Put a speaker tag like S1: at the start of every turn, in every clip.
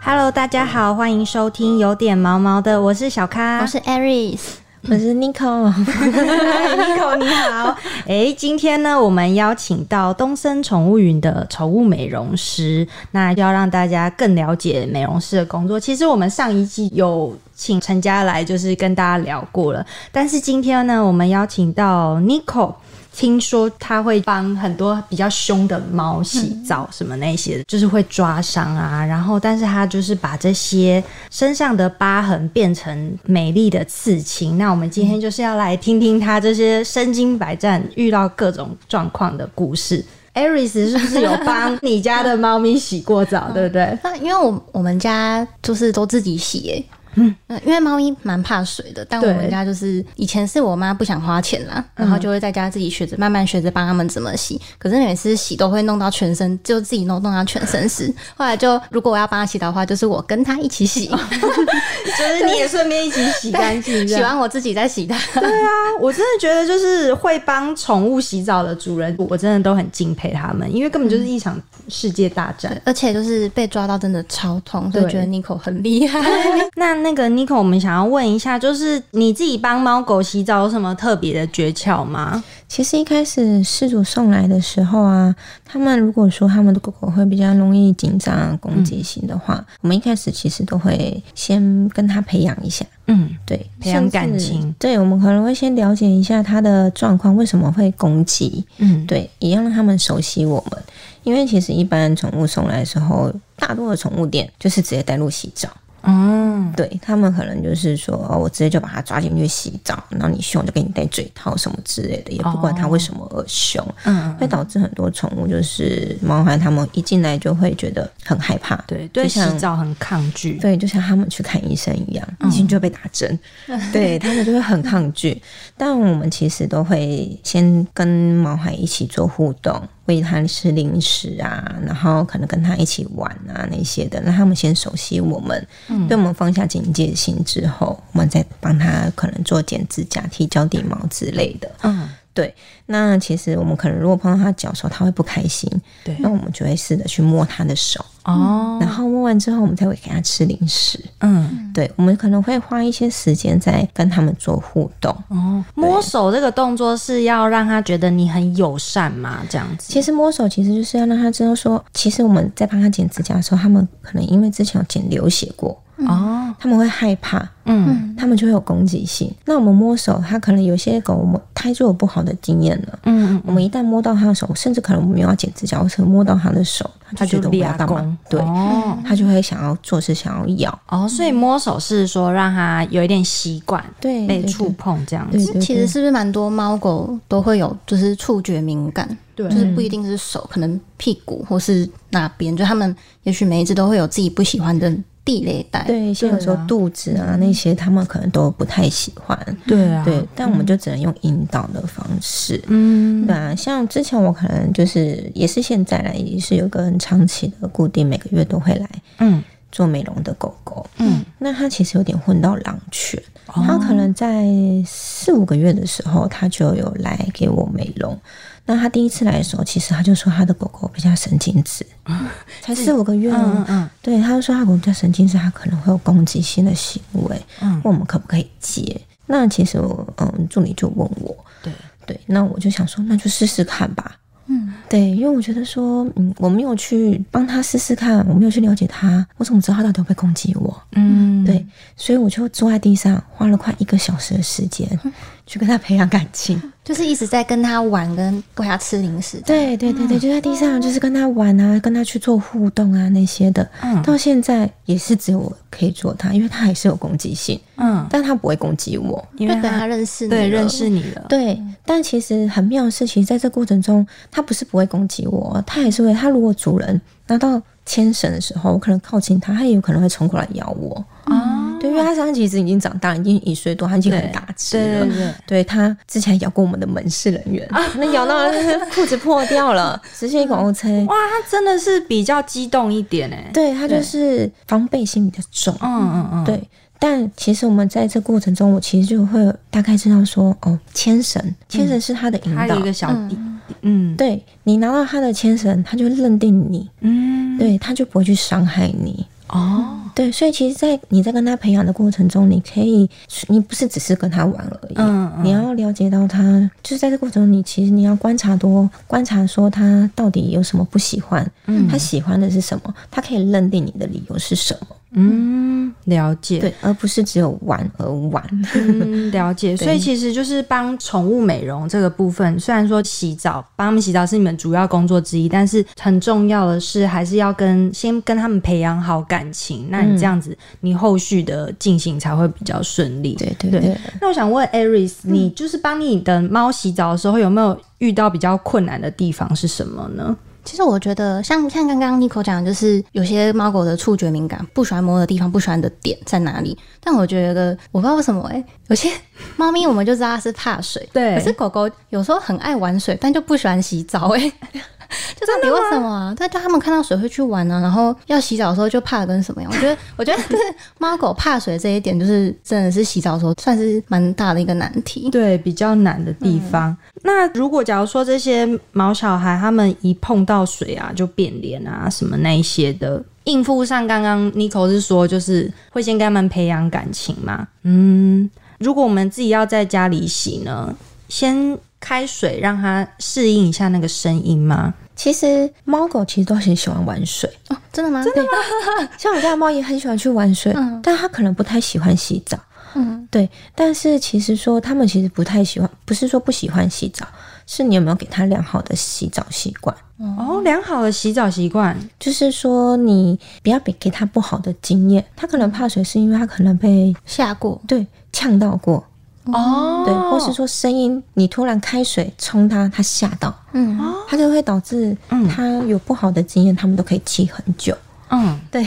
S1: Hello，大家好，欢迎收听有点毛毛的，我是小咖，
S2: 我是 Aries，
S3: 我是 Nico，
S1: Nico，你好。哎，今天呢，我们邀请到东森宠物云的宠物美容师，那要让大家更了解美容师的工作。其实我们上一季有请陈家来，就是跟大家聊过了，但是今天呢，我们邀请到 Nico。听说他会帮很多比较凶的猫洗澡，什么那些的，就是会抓伤啊。然后，但是他就是把这些身上的疤痕变成美丽的刺青。那我们今天就是要来听听他这些身经百战、遇到各种状况的故事。Aris 是不是有帮你家的猫咪洗过澡，对不对？
S2: 那因为我我们家就是都自己洗、欸，嗯，因为猫咪蛮怕水的，但我
S1: 对嗯
S2: 们家就是以前是我妈不想花钱啦，然后就会在家自己学着慢慢学着帮它们怎么洗。可是每次洗都会弄到全身，就自己弄弄到全 身湿。后来就如果我要帮它洗的话，就是我跟它一起洗，
S1: 就是你也顺便哦一起洗干净，这
S2: 洗
S1: 样。
S2: 完我自己再洗它。
S1: 对啊，我真的觉得就是会帮宠物洗澡的主人，我真的都很敬佩他们，因为根本就是一场世界大战。
S2: 而且就是被抓到真的超痛，所以
S1: 对
S2: 觉得 Nico 很厉害。
S1: 那那个 Nico，我们想要问一下，就是你自己帮猫狗洗澡有什么特别的诀窍吗？
S3: 其实一开始失主送来的时候啊，他们如果说他们的狗狗会比较容易紧张、啊攻击性的话，我们一开始其实都会先跟它培养一下，
S1: 嗯，
S3: 对，
S1: 培养
S3: 甚至
S1: 感情。
S3: 对，我们可能会先了解一下它的状况，为什么会攻击，
S1: 嗯，
S3: 对，也要让他们熟悉我们。因为其实一般宠物送来的时候，大多的宠物店就是直接带入洗澡，
S1: 哦，
S3: 对他们可能就是说，哦，我直接就把它抓进去洗澡，然后你凶就给你戴嘴套什么之类的，也不管它为什么而凶，
S1: 嗯，
S3: 会导致很多宠物就是猫环，它们一进来就会觉得很害怕，
S1: 对，对，
S3: 就
S1: 洗
S3: 像
S1: 澡很抗拒。
S3: 对，就像他们去看医生一样，医生就被打针，对他们就会很抗拒。但我们其实都会先跟毛孩一起做互动，喂他吃零食啊，然后可能跟他一起玩啊那些的，让他们先熟悉我们，对我们放下警戒心之后，我们再帮他可能做剪指甲、剃脚底毛之类的。
S1: 嗯，
S3: 对，那其实我们可能如果碰到他脚的时候，他会不开心，
S1: 对
S3: 那我们就会试着去摸他的手，
S1: 哦，
S3: 然后摸完之后，我们才会给他吃零食。
S1: 嗯，
S3: 对，我们可能会花一些时间在跟他们做互动。
S1: 哦，摸手这个动作是要让他觉得你很友善嘛，这样子。
S3: 其实摸手其实就是要让他知道说，其实我们在帮他剪指甲的时候，他们可能因为之前有剪流血过，
S1: 哦，
S3: 他们会害怕，
S1: 嗯，
S3: 他们就会有攻击性。那我们摸手，他可能有些狗，我们它就有不好的经验了。
S1: 嗯
S3: 我们一旦摸到他的手，甚至可能我们没有要剪指甲，或者摸到他的手，
S1: 他
S3: 他
S1: 就
S3: 就觉得我
S1: 俩
S3: 要干
S1: 攻
S3: 嘛，？对，
S1: 哦
S3: 他就会想要做事，想要咬。
S1: 哦，所以摸手是说让他有一点习惯
S3: 对，
S1: 被
S3: 对
S1: 触，碰这样
S3: 对
S1: 子。
S3: 对对，
S2: 其实是不是蛮多猫狗都会有，就是触觉敏感，
S1: 对
S2: 就是不一定是
S1: 嗯
S2: 手，可能屁股或是哪边，就他们也许每一只都会有自己不喜欢的地雷带。，
S3: 对，像有时
S1: 对啊
S3: 候肚子啊那些，他们可能都不太喜欢。
S1: 对啊
S3: 对，但我们就只能用引导的方式。
S1: 嗯
S3: 对啊，像之前我可能就是也是现在来，也是有个很长期的固定，每个月都会来
S1: 嗯
S3: 做美容的狗狗。
S1: 嗯，哦
S3: 那它其实有点混到狼犬，它可能在四五个月的时候，它就有来给我美容。那它第一次来的时候，其实它就说它的狗狗比较神经 质，才四五个月哦。
S1: 嗯嗯
S3: 对，他就说他狗叫神经质，他可能会有攻击性的行为，
S1: 嗯
S3: 问我们可不可以接？那其实我，嗯，助理就问我，
S1: 对
S3: 对，那我就想说，那就试试看吧。嗯，对，因为我觉得说，嗯，我没有去帮他试试看，我没有去了解他，我怎么知道他到底会不会攻击我？
S1: 嗯，
S3: 对，所以我就坐在地上，花了快一个小时的时间
S1: 嗯
S3: 去跟他培养感情。
S2: 就是一直在跟它玩，跟喂它吃零食。，
S3: 对对对对，就在地上，就是跟他玩啊，跟他去做互动啊那些的。
S1: 嗯
S3: 到现在也是只有我可以做他，因为他还是有攻击性，
S1: 嗯，
S3: 但他不会攻击我。
S1: 因
S2: 就
S1: 为
S2: 等它
S1: 他
S2: 认识你了，
S1: 对认识你了，
S3: 对，但其实很妙的是，其实在这过程中，他不是不会攻击我，他还是会。他如果主人拿到牵绳的时候，我可能靠近他，他也有可能会冲过来咬我。
S1: 哦，
S3: 对，因为他现在其实已经长大，已经一岁多，他已经很大只
S1: 对啊
S3: 了
S1: 对。对，
S3: 对他之前咬过我们的门市人员， 那咬到裤子破掉了， 直接一个
S1: 嗯
S3: O C。
S1: 哇，他真的是比较激动一点哎，
S3: 对他
S1: 对
S3: 就是防备心比较重，
S1: 嗯嗯嗯，
S3: 对。但其实我们在这过程中，我其实就会大概知道说，哦，牵绳，牵绳是他的引
S1: 嗯他
S3: 导，
S1: 有一个小弟，嗯
S3: 对你拿到他的牵绳，他就认定你，
S1: 嗯，
S3: 对，他就不会去伤害你。
S1: 哦，
S3: 对，所以其实，在你在跟他培养的过程中，你可以，你不是只是跟他玩而已，
S1: 嗯嗯
S3: 你要了解到他，就是在这过程中，你其实你要观察多，观察说他到底有什么不喜欢，嗯，他喜欢的是什么，他可以认定你的理由是什么，
S1: 嗯，了解，
S3: 对，而不是只有玩而玩，
S1: 嗯， 了解。所以其实就是帮宠物美容这个部分，虽然说洗澡帮他们洗澡是你们主要工作之一，但是很重要的是还是要跟先跟他们培养好感情。那你这样子，你后续的进行才会比较顺利。
S3: 对对
S1: 对嗯
S3: 对。
S1: 那我想问 Aris，你就是帮你的猫洗澡的时候，有没有遇到比较困难的地方是什么呢？
S2: 其实我觉得像像刚刚 Nico 讲的，就是有些猫狗的触觉敏感，不喜欢摸的地方，不喜欢的点在哪里。但我觉得我不知道为什么哎、有些猫咪我们就知道它是怕水，
S1: 对
S2: 可是狗狗有时候很爱玩水，但就不喜欢洗澡 哎、就到底为什么啊？对，就他们看到水会去玩啊，然后要洗澡的时候就怕得跟什么样？我 觉得，我觉得就是猫狗怕水这一点，就是真的是洗澡的时候算是蛮大的一个难题。
S1: 对，比较难的地方。那如果假如说这些毛小孩他们一碰到水啊就变脸啊什么那一些的，应付上刚刚 n i c o 是说就是会先跟他们培养感情嘛。嗯，如果我们自己要在家里洗呢，先开水让它适应一下那个声音吗？
S3: 其实猫狗其实都很喜欢玩水，
S2: 哦，真的吗？真的吗？
S3: 像我家的猫也很喜欢去玩水，
S2: 嗯
S3: 但它可能不太喜欢洗澡。
S2: 嗯，
S3: 对，但是其实说他们其实不太喜欢，不是说不喜欢洗澡，是你有没有给他良好的洗澡习惯？
S1: 哦，良好的洗澡习惯，
S3: 就是说你不要给给他不好的经验，他可能怕水是因为他可能被
S2: 下过
S3: 对呛到过，
S1: 哦
S3: 对，或是说声音你突然开水冲他，他吓到，
S2: 嗯，
S3: 他就会导致
S1: 嗯
S3: 他有不好的经验，他们都可以记很久。
S1: 嗯，
S3: 对，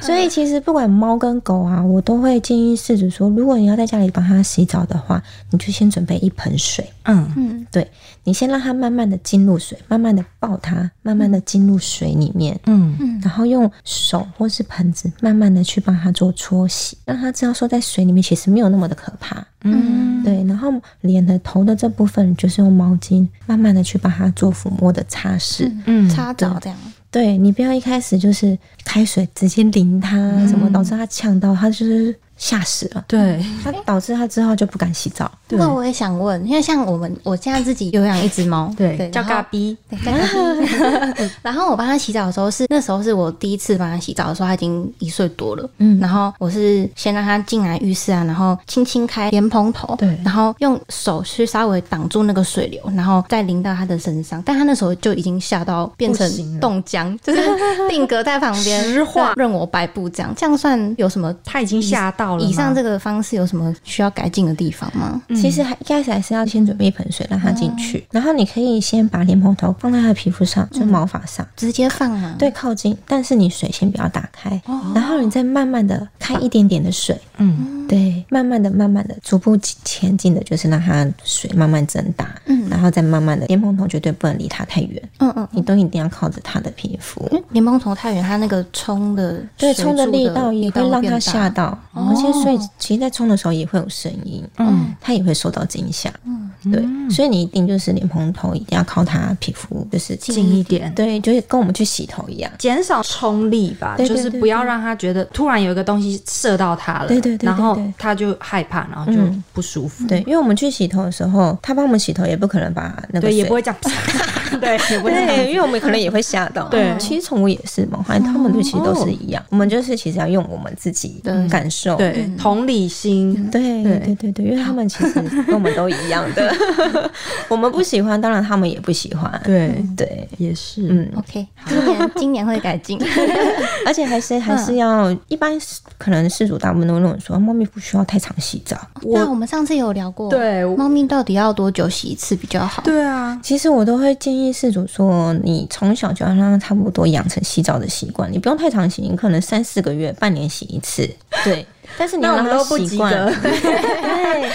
S3: 所以其实不管猫跟狗啊，我都会建议饲主说，如果你要在家里帮它洗澡的话，你就先准备一盆水，
S1: 嗯，
S3: 对你先让它慢慢的进入水，慢慢的抱它，慢慢的进入水里面，
S1: 嗯，
S3: 然后用手或是盆子慢慢的去帮它做搓洗，让它知道说在水里面其实没有那么的可怕。
S1: 嗯，
S3: 对，然后脸的头的这部分就是用毛巾慢慢的去帮它做抚摸的擦拭，
S1: 嗯
S2: 擦澡这样。
S3: 对你不要一开始就是开水直接淋它，什么导致它呛到，它就是吓死了，
S1: 嗯对，
S3: 它导致它之后就不敢洗澡。
S1: 对
S2: 那我也想问，因为像我们，我现在自己有养一只猫，
S1: 对，叫
S2: 然后
S1: 嘎逼，
S2: 对叫嘎 逼然后我帮它洗澡的时候是，那时候是我第一次帮它洗澡的时候，它已经一岁多了。
S3: 嗯
S2: 然后我是先让它进来浴室啊，然后轻轻开莲蓬头，
S3: 对
S2: 然后用手去稍微挡住那个水流，然后再淋到它的身上。但它那时候就已经吓到变
S1: 不行了
S2: 成冻僵， 就是定格在旁 边，
S1: 石化
S2: 任我摆布这样。这样算有什么？
S1: 他已经吓到了吗。
S2: 以上这个方式有什么需要改进的地方吗？
S1: 嗯
S3: 其实还一开始还是要先准备一盆水让它进去，
S1: 啊
S3: 然后你可以先把莲蓬头放在它的皮肤上，就是毛发
S1: 嗯
S3: 上。
S2: 直接放啊？
S3: 对，靠近，但是你水先不要打开，然后你再慢慢的开一点点的水，
S1: 哦嗯，
S3: 对，慢慢的、慢慢的、逐步前进的，就是让它水慢慢增大，
S2: 嗯
S3: 然后再慢慢的，莲蓬头绝对不能离它太远，
S2: 嗯嗯，
S3: 你都一定要靠着它的皮肤，
S2: 因为莲蓬头太远，它那个冲的
S3: 对，
S2: 水
S3: 冲的
S2: 柱
S3: 力道也会让它
S2: 变
S3: 吓
S2: 大。
S3: 到，而且所以其实，在冲的时候也会有声音，嗯，它也会受到惊吓，嗯，对，所以你一定就是脸蓬头一定要靠它皮肤，就是
S1: 近一点，
S3: 对，就是跟我们去洗头一样，
S1: 减少冲力吧，
S3: 对对
S1: 就是不要让他觉得突然有一个东西射到他了，
S3: 对对对对
S1: 然后
S3: 对
S1: 他就害怕，然后就
S3: 嗯
S1: 不舒服，
S3: 对，因为我们去洗头的时候，他帮我们洗头也不可能把那个
S1: 对，
S3: 水
S1: 也不会这样，啪 对，也不会这样。
S3: 对，因为我们可能也会吓到。
S1: 对
S3: 其实宠物也是嘛，反正它们的其实都是一样。我们就是其实要用我们自己的感受。
S1: 对，同理心，
S3: 对
S1: 对
S3: 对对对，因为他们其实跟我们都一样的， 我们不喜欢，当然他们也不喜欢。
S1: 对，哦
S3: 对，
S1: 也是，
S3: 嗯，
S2: OK，今年今年会改 进。
S3: 而且还
S1: 嗯
S3: 是还是要，一般是可能事主大部分都会认为说，猫咪不需要太常洗澡。
S2: 对啊，我们上次有聊过，
S1: 对我
S2: 猫咪到底要多久洗一次比较好？
S1: 对啊，
S3: 其实我都会建议事主说，你从小就要让它差不多养成洗澡的习惯，你不用太常洗，你可能三四个月、半年洗一次。对，但是你
S1: 那
S3: 要
S1: 我
S3: 让
S1: 们
S3: 它
S1: 都不
S3: 习
S1: 及
S3: 惯。
S1: 格，
S3: 对，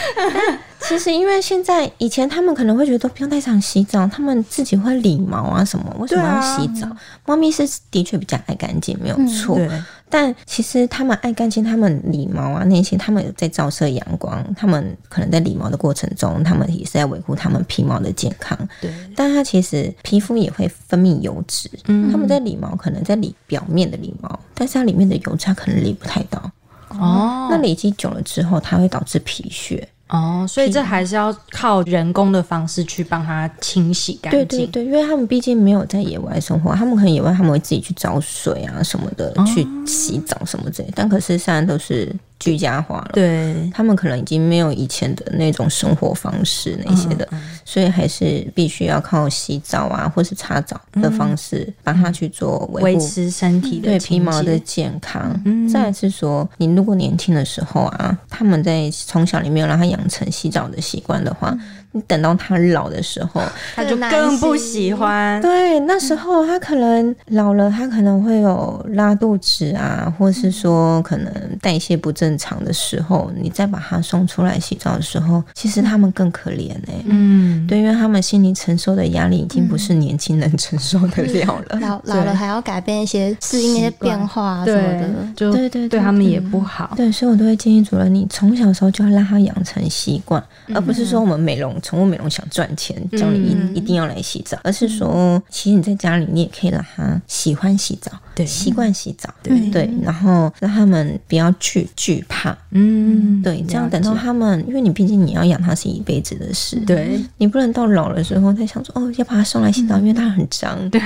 S3: 其实因为现在以前他们可能会觉得不用太常洗澡，他们自己会理毛啊什么，为什么要洗澡？猫咪是的确比较爱干净，没有错。
S1: 嗯对，
S3: 但其实他们爱干净，他们理毛啊那些，他们有在照射阳光，他们可能在理毛的过程中，他们也是在维护他们皮毛的健康。
S1: 对，
S3: 但它其实皮肤也会分泌油脂，嗯，他们在理毛可能在理表面的理毛，但是它里面的油渣可能理不太到，
S1: 哦
S3: 那累积久了之后，它会导致皮屑。
S1: 哦，所以这还是要靠人工的方式去帮它清洗干
S3: 对
S1: 净。
S3: 对对，因为他们毕竟没有在野外生活，他们可能野外他们会自己去找水啊什么的，
S1: 哦
S3: 去洗澡什么之类的。但可是现在都是居家化了，
S1: 对
S3: 他们可能已经没有以前的那种生活方式那些
S1: 嗯
S3: 的，所以还是必须要靠洗澡啊或是擦澡的方式，帮它去做维
S1: 维
S3: 护。
S1: 持身体的
S3: 对皮毛
S1: 清洁嗯
S3: 的健康，再来是说，你如果年轻的时候啊，他们在从小你没有让他养成洗澡的习惯的话，
S1: 嗯
S3: 你等到他老的时候，
S1: 他就更不喜欢。
S3: 对，那时候他可能老了，他可能会有拉肚子啊，或是说可能代谢不正常的时候，你再把他送出来洗澡的时候，其实他们更可怜呢、
S1: 嗯，
S3: 对，因为他们心理承受的压力已经不是年轻人承受得了了。
S2: 老老了还要改变一些适应一些
S1: 习惯
S2: 变化啊什么
S1: 对
S2: 的。，
S1: 就
S3: 对对
S1: 对他们也不好。
S3: 对，所以我都会建议主人，你从小时候就要让他养成习惯，而不是说我们美容宠物美容想赚钱，叫你一、
S2: 嗯
S3: 一定要来洗澡，而是说，其实你在家里你也可以让他喜欢洗澡，
S1: 对
S3: 习惯洗澡，
S1: 对
S3: 对，然后让他们不要去惧怕，
S1: 嗯，
S3: 对，这样
S1: 了
S3: 等到
S1: 解
S3: 他们，因为你毕竟你要养它是一辈子的事，
S1: 对
S3: 你不能到老了之后再想说哦，要把它送来洗澡，因为它很脏，对，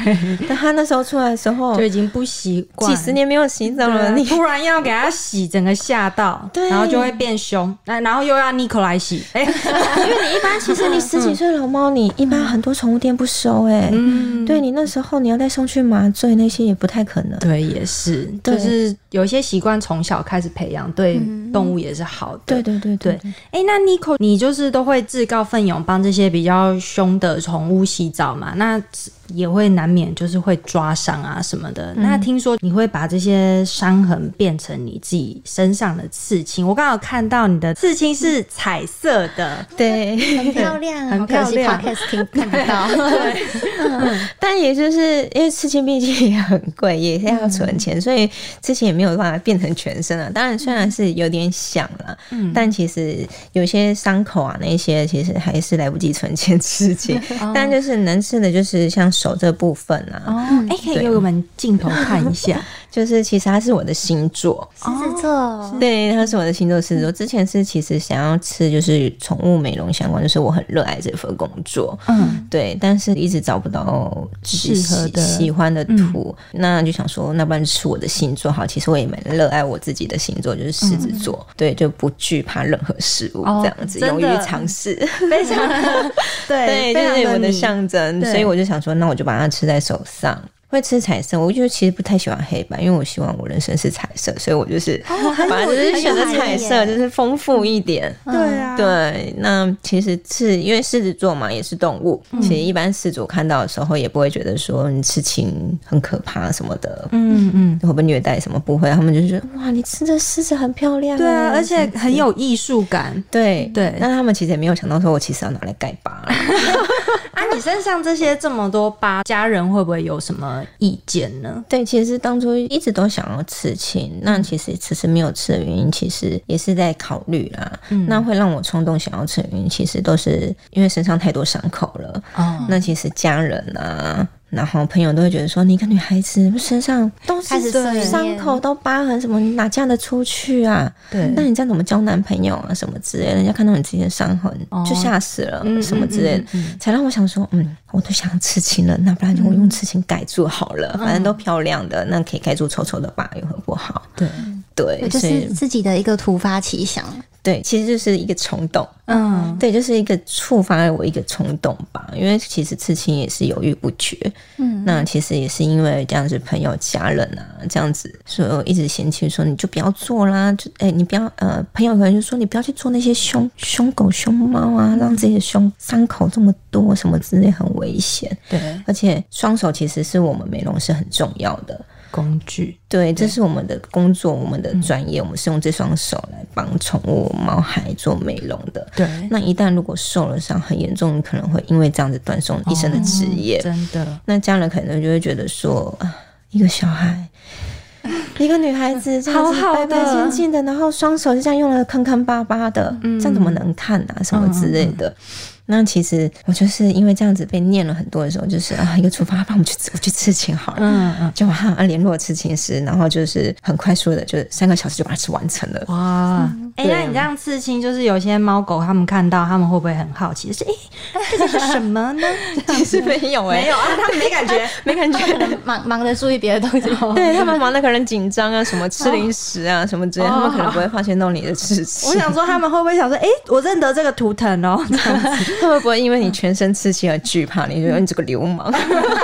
S3: 但它那时候出来的时候
S1: 就。已经不习惯。
S3: 几十年没有洗澡
S1: 对啊
S3: 了，你
S1: 突然要给它洗，整个吓到，
S3: 对
S1: 然后就会变凶，那然后又要 Nico 来洗，哎、
S3: 因为你一般其实 你十几岁的老猫，你一般很多宠物店不收哎、
S1: 嗯，
S3: 对你那时候你要再送去麻醉那些也不太可能。
S1: 对，也是，
S3: 对嗯
S1: 就是有一些习惯从小开始培养，对动物也是好的。
S3: 对对对对
S1: 对，哎、那 Nico，你就是都会自告奋勇帮这些比较凶的宠物洗澡嘛？那也会难免就是会抓伤啊什么的。
S3: 嗯
S1: 那听说你会把这些伤痕变成你自己身上的刺青，我刚好看到你的刺青是彩色的，
S3: 对，
S2: 很漂亮，
S1: 很
S2: 好可惜
S1: 漂亮
S2: Podcast 听看不 到。
S3: 但也就是因为刺青毕竟也很贵，也是要存钱，所以之前也没有办法变成全身啊。当然虽然是有点想了，但其实有些伤口啊那些其实还是来不及存钱刺青，但就是能刺的就是像手这部分啊，
S1: 哦，哎、可以给我们镜头看一 下，
S3: 就是其实它是我的星座，
S2: 狮子座，
S3: 对，他是我的星座狮子座。之前是其实想要吃就是宠物美容相关，就是我很热爱这份工作，
S1: 嗯，
S3: 对，但是一直找不到自己
S1: 适合
S3: 喜
S1: 的嗯
S3: 喜欢的图，那就想说，那不然吃我的星座好。其实我也蛮热爱我自己的星座，就是狮子座，对，就不惧怕任何事物，
S1: 嗯哦
S3: 这样子
S1: 真
S3: 勇于
S1: 的
S3: 尝 试。
S1: 非常 非
S3: 对，就
S1: 常
S3: 是我的
S1: 你
S3: 象征，
S1: 对
S3: 所以我就想说，那我就把它吃在手上。会吃彩色，我就其实不太喜欢黑白，因为我希望我人生是彩色，所以我就是
S1: 哦
S2: 很
S3: 反正就
S2: 有
S3: 是选择
S2: 很有
S3: 彩
S2: 含义
S3: 色，
S2: 耶
S3: 就是丰富一点。
S1: 对啊，
S3: 嗯对，那其实是因为狮子座嘛，也是动物。
S1: 嗯
S3: 其实一般狮子看到的时候，也不会觉得说你刺青很可怕什么的，
S1: 嗯嗯。
S3: 会不会虐待什么？不会，他们就觉得哇，你吃这狮子很漂亮耶。欸
S1: 对啊，而且很有艺术感
S3: 对
S1: 对
S3: 那他们其实也没有想到说，我其实要拿来盖 疤。
S1: 啊！你身上这些这么多疤，家人会不会有什么意见呢？
S3: 对，其实当初一直都想要刺青，
S1: 嗯
S3: 那其实迟迟没有刺的原因，其实也是在考虑啦。
S1: 嗯
S3: 那会让我冲动想要刺的原因，其实都是因为身上太多伤口了。
S1: 哦，
S3: 那其实家人啊，然后朋友都会觉得说，你一个女孩子身上都
S2: 开
S3: 是
S2: 始碎念
S3: 伤口、都疤痕什么，你哪嫁得出去啊？
S1: 对
S3: 那你这样怎么交男朋友啊？什么之类的，人家看到你自己的伤痕就吓死了，什么之类的，才让我想说，嗯，我都想刺青了，那不然我用刺青盖住好了，反正都漂亮的，那可以盖住丑丑的疤，有何不好？
S1: 对，
S3: 对，
S2: 就
S3: 所
S2: 是
S3: 以
S2: 自己的一个突发奇想。
S3: 对，其实就是一个冲动。
S1: 嗯，
S3: 对，就是一个触发了我一个冲动吧，因为其实刺青也是犹豫不决，嗯，那其实也是因为这样子朋友、家人啊这样子，所以我一直嫌弃说你就不要做啦，就哎、你不要呃，朋友可能就说你不要去做那些凶凶狗、凶猫啊，让自己的胸伤口这么多什么之类，很危险。
S1: 对，
S3: 而且双手其实是我们美容是很重要的，
S1: 工具，
S3: 对，这是我们的工作，我们的专业，我们是用这双手来帮宠物猫孩做美容的，
S1: 对，
S3: 那一旦如果受了伤很严重，你可能会因为这样子断送一生的职业。
S1: 真的，
S3: 那家人可能就会觉得说，啊，一个小 孩。一个女孩子这样子
S1: 好好
S3: 白
S1: 的
S3: 白净净
S1: 嗯
S3: 的，然后双手就这样用的坑坑巴巴的，这样怎么能看啊？什么之类的。那其实我就是因为这样子被念了很多的时候，就是啊，一个厨房，帮我们去吃我去吃青好了，
S1: 嗯嗯，
S3: 就马上啊联络吃青师，然后就是很快速的，就是三个小时就把它吃完成了。
S1: 哇，哎、那你这样刺青，就是有些猫狗它们看到，它们会不会很好奇？ 就是哎、这是什么 呢？
S3: 其实没有哎、
S1: 没有啊，它们没感觉。
S3: 没 感觉。
S2: 可能忙忙着注意别的 东西。
S3: 对他们忙的可能紧张啊，什么吃零食啊，什么之类，
S1: 哦
S3: 他们可能不会发现到你的事情。
S1: 我想说，它们会不会想说，哎、我认得这个图腾哦？这样子
S3: 他们不会因为你全身刺青而惧怕你，就说你这个流氓。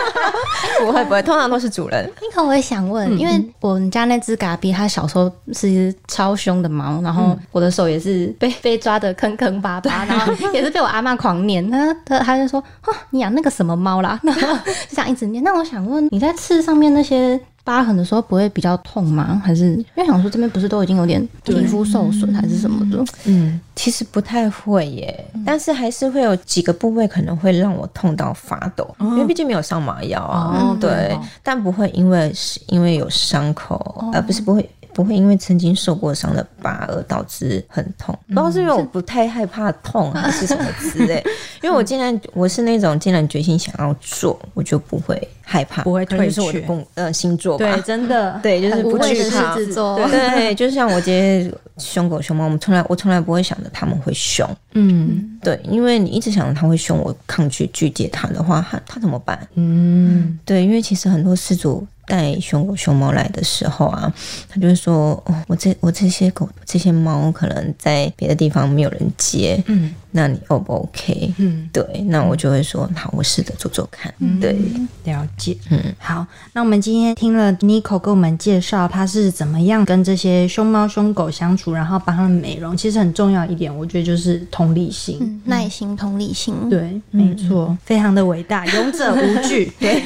S3: 不会不会，通常都是主人。
S2: 那个我也想
S3: 嗯
S2: 问，因为我们家那只嘎比，它小时候是一只超凶的猫，然
S3: 嗯
S2: 后我的手也是被 被抓的坑坑巴
S3: 啊
S2: 巴，然后也是被我阿妈狂念，她她她就说：“哦，你养那个什么猫啦？” 然后就想一直念。那我想问，你在刺上面那些疤痕的时候，不会比较痛吗？还是因为想说这边不是都已经有点皮肤受损还是什么的？
S3: 嗯，其实不太会耶，
S1: 嗯
S3: 但是还是会有几个部位可能会让我痛到发抖，因为毕竟没有上麻药啊。
S1: 哦对
S3: 对
S1: 哦，
S3: 但不会因为是因为有伤口，而、不是不会。不会因为曾经受过伤的疤而导致很痛，
S1: 嗯
S3: 不知道是因为我不太害怕痛还是什么之 类。因为我竟然我是那种竟然决心想要做，我就不会害怕，
S1: 不会
S3: 可能就是
S1: 退
S3: 我的
S1: 却
S3: 工呃星座吧
S1: 对，，真的，
S3: 对，就是
S2: 无
S3: 不
S2: 畏的
S3: 惧
S2: 狮
S3: 怕，
S2: 子座，
S1: 哦
S3: 对，就是像我姐凶狗凶猫，我们从来我从来不会想着他们会凶，
S1: 嗯
S3: 对，因为你一直想着他会凶，我抗拒拒绝他的话，他他怎么办？
S1: 嗯，
S3: 对，因为其实很多事主带凶狗凶猫来的时候啊，他就会说，哦，我这我这些狗这些猫可能在别的地方没有人接，
S1: 嗯，
S3: 那你 O 不 OK？
S1: 嗯，
S3: 对，那我就会说，好，我试着做做看，对，
S1: 了解。
S3: 嗯，
S1: 好，那我们今天听了 n i c o 给我们介绍他是怎么样跟这些凶猫凶狗相处，然后帮他们美容。其实很重要一点，我觉得就是同理心。
S2: 嗯，耐心、同理心。
S1: 对，没错，非常的伟大，勇者 无惧。 对，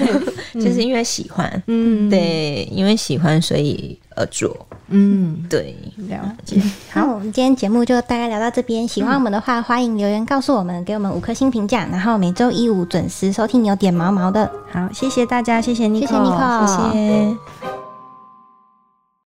S3: 就是因为喜欢，
S1: 嗯，，
S3: 对，因为喜欢所以而做，
S1: 嗯，
S3: 对，
S1: 了解。
S2: 好，我们今天节目就大概聊到这边。喜欢我们的话，欢迎留言告诉我们，给我们五颗星评价。然后每周一五准时收听，有点毛毛的。
S1: 好，谢谢大家，谢谢 n i
S2: 谢
S1: c
S2: 谢 Nico，
S3: 谢谢。
S1: 拜